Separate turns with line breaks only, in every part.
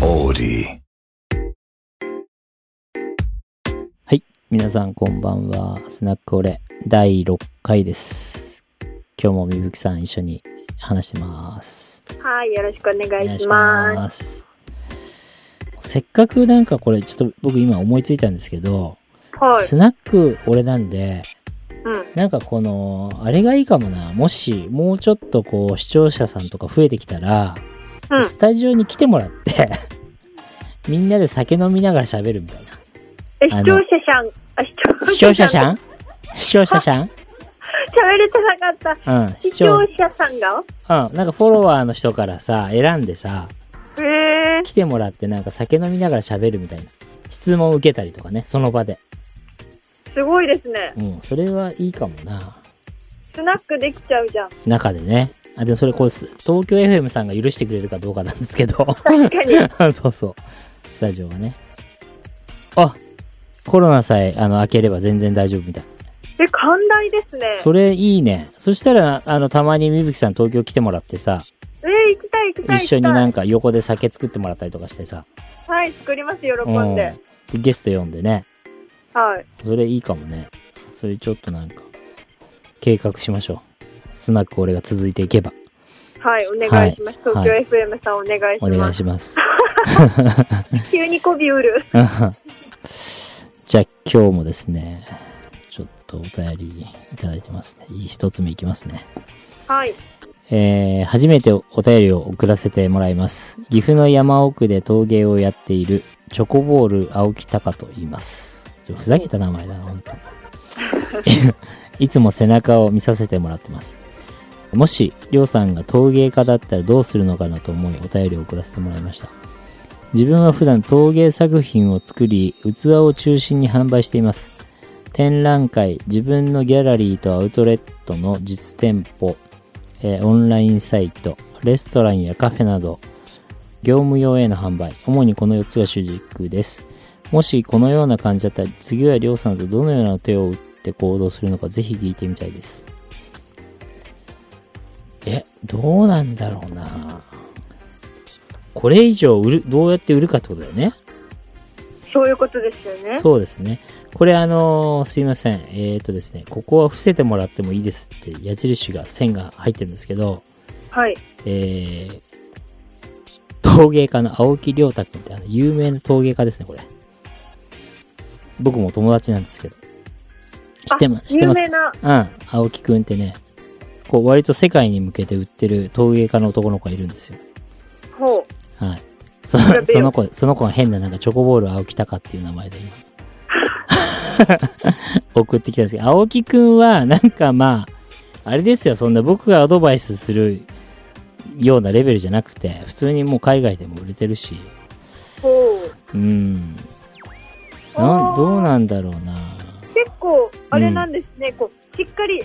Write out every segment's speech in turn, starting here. Body.
皆さんこんばんは。スナックオレ第6回です。今日もみぶきさん一緒に話してます。
はい、よろしくお願いし
お
ます。
願いしますせっかくなんかこれちょっと僕今思いついたんですけど、
はい。
スナック俺なんで、
うん。
なんかこの、あれがいいかもな。もしもうちょっとこう視聴者さんとか増えてきたら、
うん
スタジオに来てもらって、 みんなで酒飲みながら喋るみた いな。
え、
あの
視聴者さん、 あ
視
視
聴
聴
者さ
者さん。
ん視聴者さん
喋れてなかった。
うん、
視聴者さんが
うん、なんかフォロワーの人からさ、選んでさ、
へえ。
来てもらってなんか酒飲みながら喋るみたいな。質問を受けたりとかね、その場で。
すごいですね。
うん、それはいいかもな。
スナックできちゃうじゃん。
中でね。あ、でもそれこう、す東京 FM さんが許してくれるかどうかなんですけど。
確かに。
そうそう。スタジオがね。あコロナさえ、あの、開ければ全然大丈夫みたい。
え、寛大ですね。
それいいね。そしたら、あの、たまにみぶきさん東京来てもらってさ、
えー、行きたい行きたい。
一緒に
行きたい
なんか横で酒作ってもらったりとかしてさ。
はい、作ります、喜
うん
んで。
でゲスト呼んでね。
はい。
それいいかもね。それちょっとなんか、計画しましょう。スナック俺が続いていけば、
はい、お願いします。
はい
東京 FM さんお願いし
お願
ま
い
す。
します。
急に媚び売る。
じゃあ今日もですね、ちょっとお便りいただいてますね。いい一つ目いきますね。
はい。
えー初めてお便りを送らせてもらいます。岐阜の山奥で陶芸をやっているチョコボール青木隆と言います。ちょふざけた名前だな、本当 いつも背中を見させてもらってます。もし、りょうさんが陶芸家だったらどうするのかなと思いお便りを送らせてもらいました。自分は普段陶芸作品を作り、器を中心に販売しています。展覧会、自分のギャラリーとアウトレットの実店舗、えーオンラインサイト、レストランやカフェなど、業務用への販売、主にこの4つが主軸です。もしこのような感じだったら、次はりょうさんとどのような手を打って行動するのか、ぜひ聞いてみたいです。え、どうなんだろうなこれ以上売る、どうやって売るかってことだよね。
そういうことですよね。
そうですね。これあのーすいません。えっ、とですね、ここは伏せてもらってもいいですって矢印が、線が入ってるんですけど、
はい。
えー、陶芸家の青木亮太君ってあの有名な陶芸家ですね、これ。僕も友達なんですけど。知ってま、
あ
知ってます
有名な。
うん、青木くんってね、こう割と世界に向けて売ってる陶芸家の男の子がいるんですよ。
ほう。
はい。そ
調べよ
の
う
その子、その子が変ななんかチョコボール青木隆っていう名前で 今。送ってきたんですけど、青木くんはなんかまあ、あれですよ、そんな僕がアドバイスするようなレベルじゃなくて、普通にもう海外でも売れてるし、
ほう。
うん。な
あ
ん
ー
どうなんだろうな。
結構あれなんですね、こうしっかり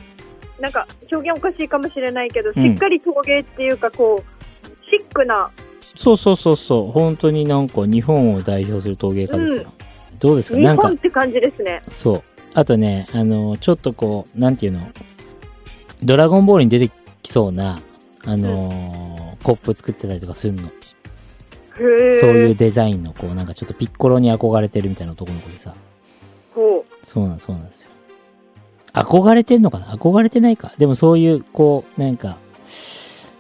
なんか表現おかしいかもしれないけど、
うん
しっかり陶芸っていうかこうシックな
そうそうそうそう、本当になんか日本を代表する陶芸家ですよ。どうですか
日
なんか
本って感じですね
そう。あとね、あの、ちょっとこう、なんていうの、ドラゴンボールに出てきそうな、あのーコップ作ってたりとかするの。
へえ
そういうデザインの、こう、なんかちょっとピッコロに憧れてるみたいな男の子でさ。
ほ
そうなん、そうなんですよ。憧れてんのかな憧れてないか。でもそういう、こう、なんか、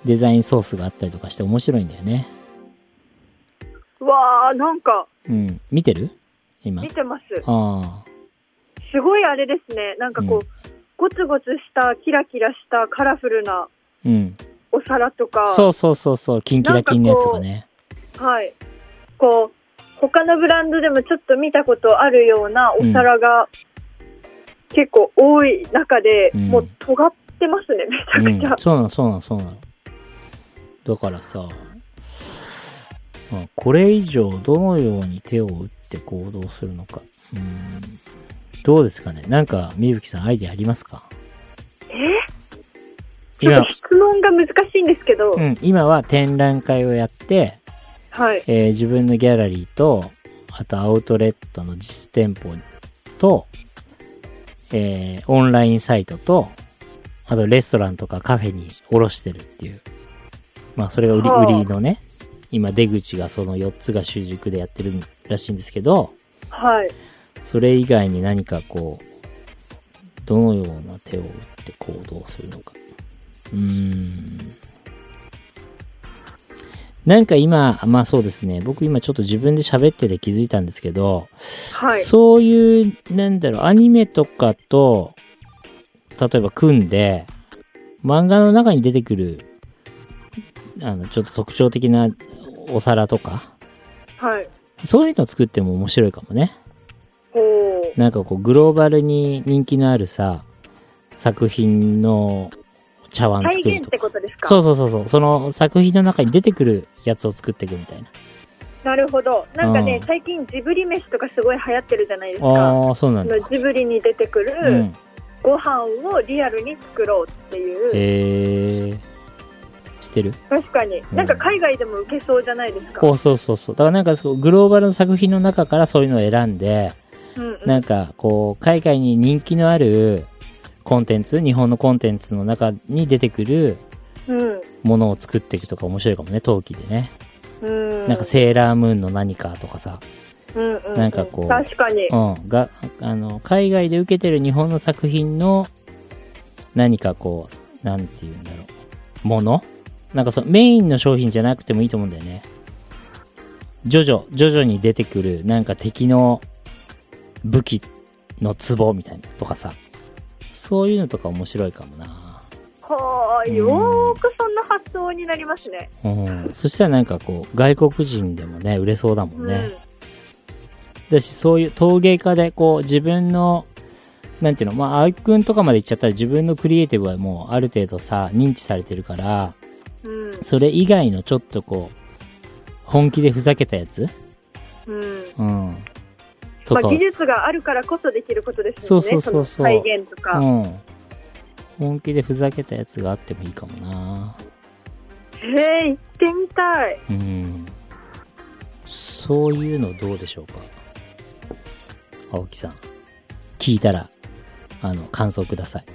デザインソースがあったりとかして面白いんだよね。
うわあなんか
うん。見てる今。あ
見てます
あ
すごいあれですねなんかこう、
うん
ゴツゴツしたキラキラしたカラフルな
ー。うん。
お皿とか
そうそうそうそう。キンキラキンのやつとかね。
はいこう他のブランドでもちょっと見たことあるようなお皿が結構多い中で、
うん
もう尖ってますねめちゃくちゃ、
うん、そうなのそうなのそうなのだからさ、まあ、これ以上どのように手を打って行動するのかうんどうですかねなんかみぶきさんアイディアありますか
ちょっ
今
と、質問が難しいんですけど、
うん、今は展覧会をやって、
はい、
えー自分のギャラリーとあとアウトレットの実店舗と、えーオンラインサイトとあとレストランとかカフェに卸してるっていうまあそれが売り
はあ
売りのね今出口がその4つが習熟でやってるらしいんですけど、
はい。
それ以外に何かこう、どのような手を打って行動するのか。うーん。なんか今、まあそうですね、僕今ちょっと自分で喋ってて気づいたんですけど、
はい。
そういう、なんだろう、アニメとかと、例えば組んで、漫画の中に出てくる、あの、ちょっと特徴的なお皿とか、
はい。
そういうのを作っても面白いかもね。
おー。
なんかこうグローバルに人気のあるさ作品の茶碗
再
作る
現っ
と
て
か
ことですか
そうそうそうそうその作品の中に出てくるやつを作っていくみたいな
なるほど。なんかね
う、ん
最近ジブリ飯とかすごい流行ってるじゃないですか。
ああーそうな
あ
んだ、
のジブリに出てくる
うん、
ご飯をリアルに作ろうってい
え
う。
ー、してる
確かに。
ん
なんか海外でも受けそうじゃないですか。
こうそうそうそうだからなんかそうグローバルの作品の中からそういうのを選んで
うんうん。
なんかこう海外に人気のあるコンテンツ日本のコンテンツの中に出てくる
うん。
ものを作っていくとか面白いかもね陶器でね
うん。
なんかセーラームーンの何かとかさ、
うんうんうん
なんかこう
確かに。
うん、があの海外で受けてる日本の作品の何かこうなんていうんだろうものなんかそのメインの商品じゃなくてもいいと思うんだよねジョジョジョジョに出てくるなんか敵の武器の壺みたいなとかさそういうのとか面白いかもな
はーい。
うん
よーくそんな発想になりますね。
うん、そしたらなんかこう外国人でもね売れそうだもんね、だしそういう陶芸家でこう自分のなんていうのまあ青木くんとかまで行っちゃったら自分のクリエイティブはもうある程度さ認知されてるから
うん。
それ以外のちょっとこう本気でふざけたやつ、
うん。うん。
うん、と
まあ、
かを
技術があるからこそできることです
そう
よね。
そうそうそう
の再現とか。
うん、本気でふざけたやつがあってもいいかもな
へえ、行ってみたい。
うんそういうのどうでしょうか青木さん聞いたらあの感想ください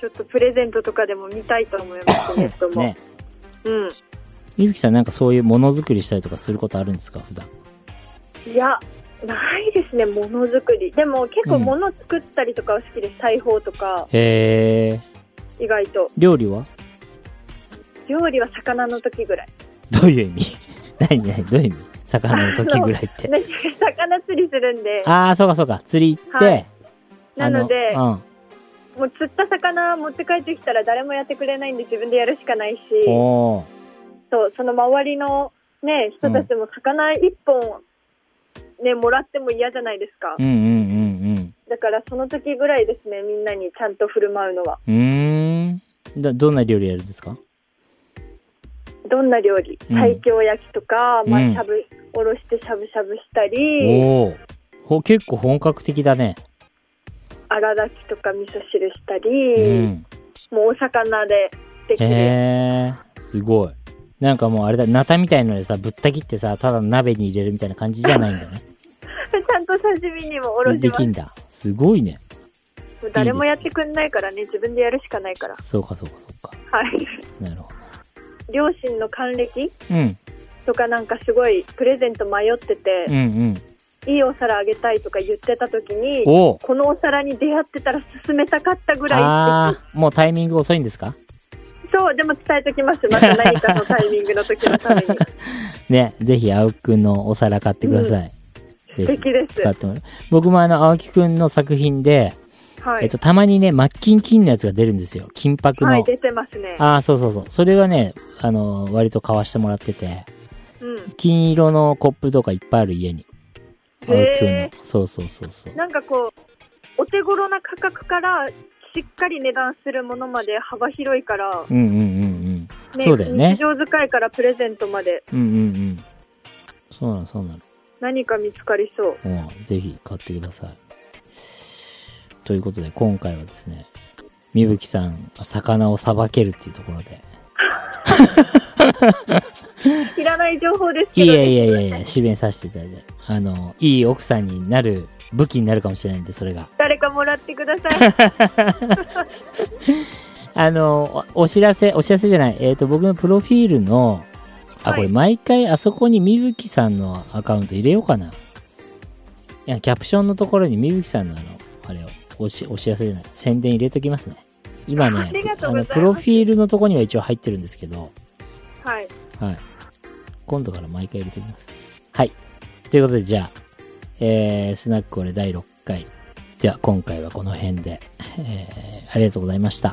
ちょっとプレゼントとかでも見たいと思いますね、人も。
ね
うん。
ゆうきさんなんかそういうものづくりしたりとかすることあるんですか普段。
いや、ないですね、ものづくり。でも結構
うん
もの作ったりとかは好きです。裁縫とか、
へえ。
意外と。
料理は
料理は魚の時ぐらい。
どういう意味 何何どういう意味魚の時ぐらいって。
私 魚釣りするんで、
ああ、そうかそうか。釣り行って。
はい
あ
なので
うん。
もう釣った魚持って帰ってきたら誰もやってくれないんで自分でやるしかないし、
おお。
そう、その周りのね、人たちも魚一本、ね、もらっても嫌じゃないですか
う。んうん
だからその時ぐらいですね、みんなにちゃんと振る舞うのは。
うんうん。うーん。だどんな料理やるんですか
どんな料理
うん
西京焼きとか、まあ
うん
しゃぶおろしてしゃぶしゃぶしたり、
おお。ほ結構本格的だね。
荒炊きとか味噌汁した
う
り、
ん。
もうお魚でできる。
へえ。すごい。なんかもうあれだ、ナタみたいのでさ、ぶった切ってさ、ただ鍋に入れるみたいな感じじゃないんだね。
ちゃんと刺身にもおろし
で
ま
き
す。
んだ。すごいね。
もう誰もやってくんないからね、自分でやるしかないから。
そうかそうかそうか。
はい。
なるほ
両親の還暦
ど。うん。
とかなんかすごいプレゼント迷ってて
う、んうん。
いいお皿あげたいとか言ってた時に、
おお。
このお皿に出会ってたら勧めたかったぐらい
ああ、もうタイミング遅いんですか
そう、でも伝えときます。また何かのタイミングの時のた めに。
ね、ぜひ青木くんのお皿買ってください。
素
ぜひ
敵です
使。ってもらう。僕もあの青木くんの作品で、
はい。
えっと、たまにね、マッキンキンのやつが出るんですよ。金箔の。
はい、出てますね。
ああ、そうそうそう。それはね、あの、割と買わしてもらってて、
うん。
金色のコップとかいっぱいある家に。青木くんの
へえ。。
そうそうそうそう。
なんかこう、お手頃な価格から、しっかり値段するものまで幅広いから、
うんうんうんうん。そうだよね
日常使いからプレゼントまで
うんうんうん。そうなの、そうなの。
何か見つかりそう。
うん、ぜひ買ってください。ということで、今回はですね、みぶきさん、魚をさばけるっていうところで。
いらない情報ですけ
い
ど、
やいやいやいや、締めさせていただいて。あの、いい奥さんになる武器になるかもしれないんで、それが。
誰かもらってください。
あの、おお知らせ、お知らせじゃない、えっ、と、僕のプロフィールの、あ、
はい
これ毎回あそこにみぶきさんのアカウント入れようかな。いや、キャプションのところにみぶきさんのあの、あれを、おし、お知らせじゃない、宣伝入れときますね。今
あ
ね
りが、
あ
とうござい
の、
ます
プロフィールのところには一応入ってるんですけど、
はい。
はい。今度から毎回入れてみます。はい。ということで、じゃあ、えー、スナックオレ第6回。では、今回はこの辺で、えー、ありがとうございました。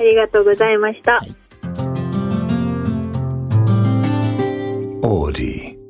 ありがとうございました。
い
Audi.